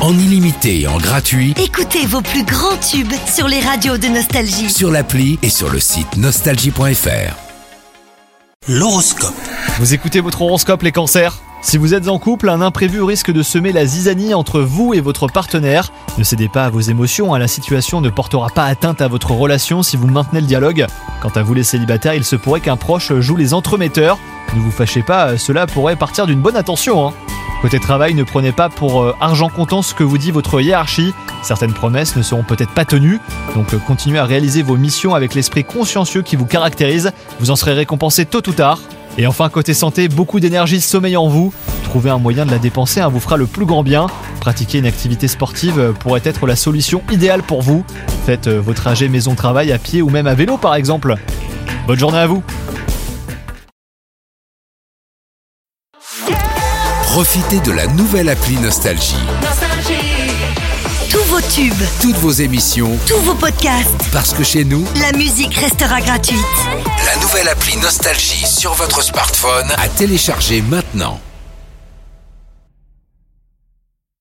en illimité et en gratuit Écoutez vos plus grands tubes sur les radios de Nostalgie. sur l'appli et sur le site nostalgie.fr. L'horoscope. Vous écoutez votre horoscope les cancers Si vous êtes en couple, un imprévu risque de semer la zizanie entre vous et votre partenaire. Ne cédez pas à vos émotions, hein, la situation ne portera pas atteinte à votre relation si vous maintenez le dialogue. Quant à vous les célibataires, il se pourrait qu'un proche joue les entremetteurs. Ne vous fâchez pas, euh, cela pourrait partir d'une bonne attention. hein. Côté travail, ne prenez pas pour euh, argent comptant ce que vous dit votre hiérarchie. Certaines promesses ne seront peut-être pas tenues, donc euh, continuez à réaliser vos missions avec l'esprit consciencieux qui vous caractérise. Vous en serez récompensé tôt ou tard. Et enfin, côté santé, beaucoup d'énergie sommeille en vous. Trouver un moyen de la dépenser hein, vous fera le plus grand bien. Pratiquer une activité sportive euh, pourrait être la solution idéale pour vous. Faites euh, vos trajets maison-travail à pied ou même à vélo par exemple. Bonne journée à vous Profitez de la nouvelle appli Nostalgie. Tous vos tubes, Toutes vos émissions, tous vos podcasts, parce que chez nous, la musique restera gratuite. la nouvelle appli Nostalgie sur votre smartphone à télécharger maintenant.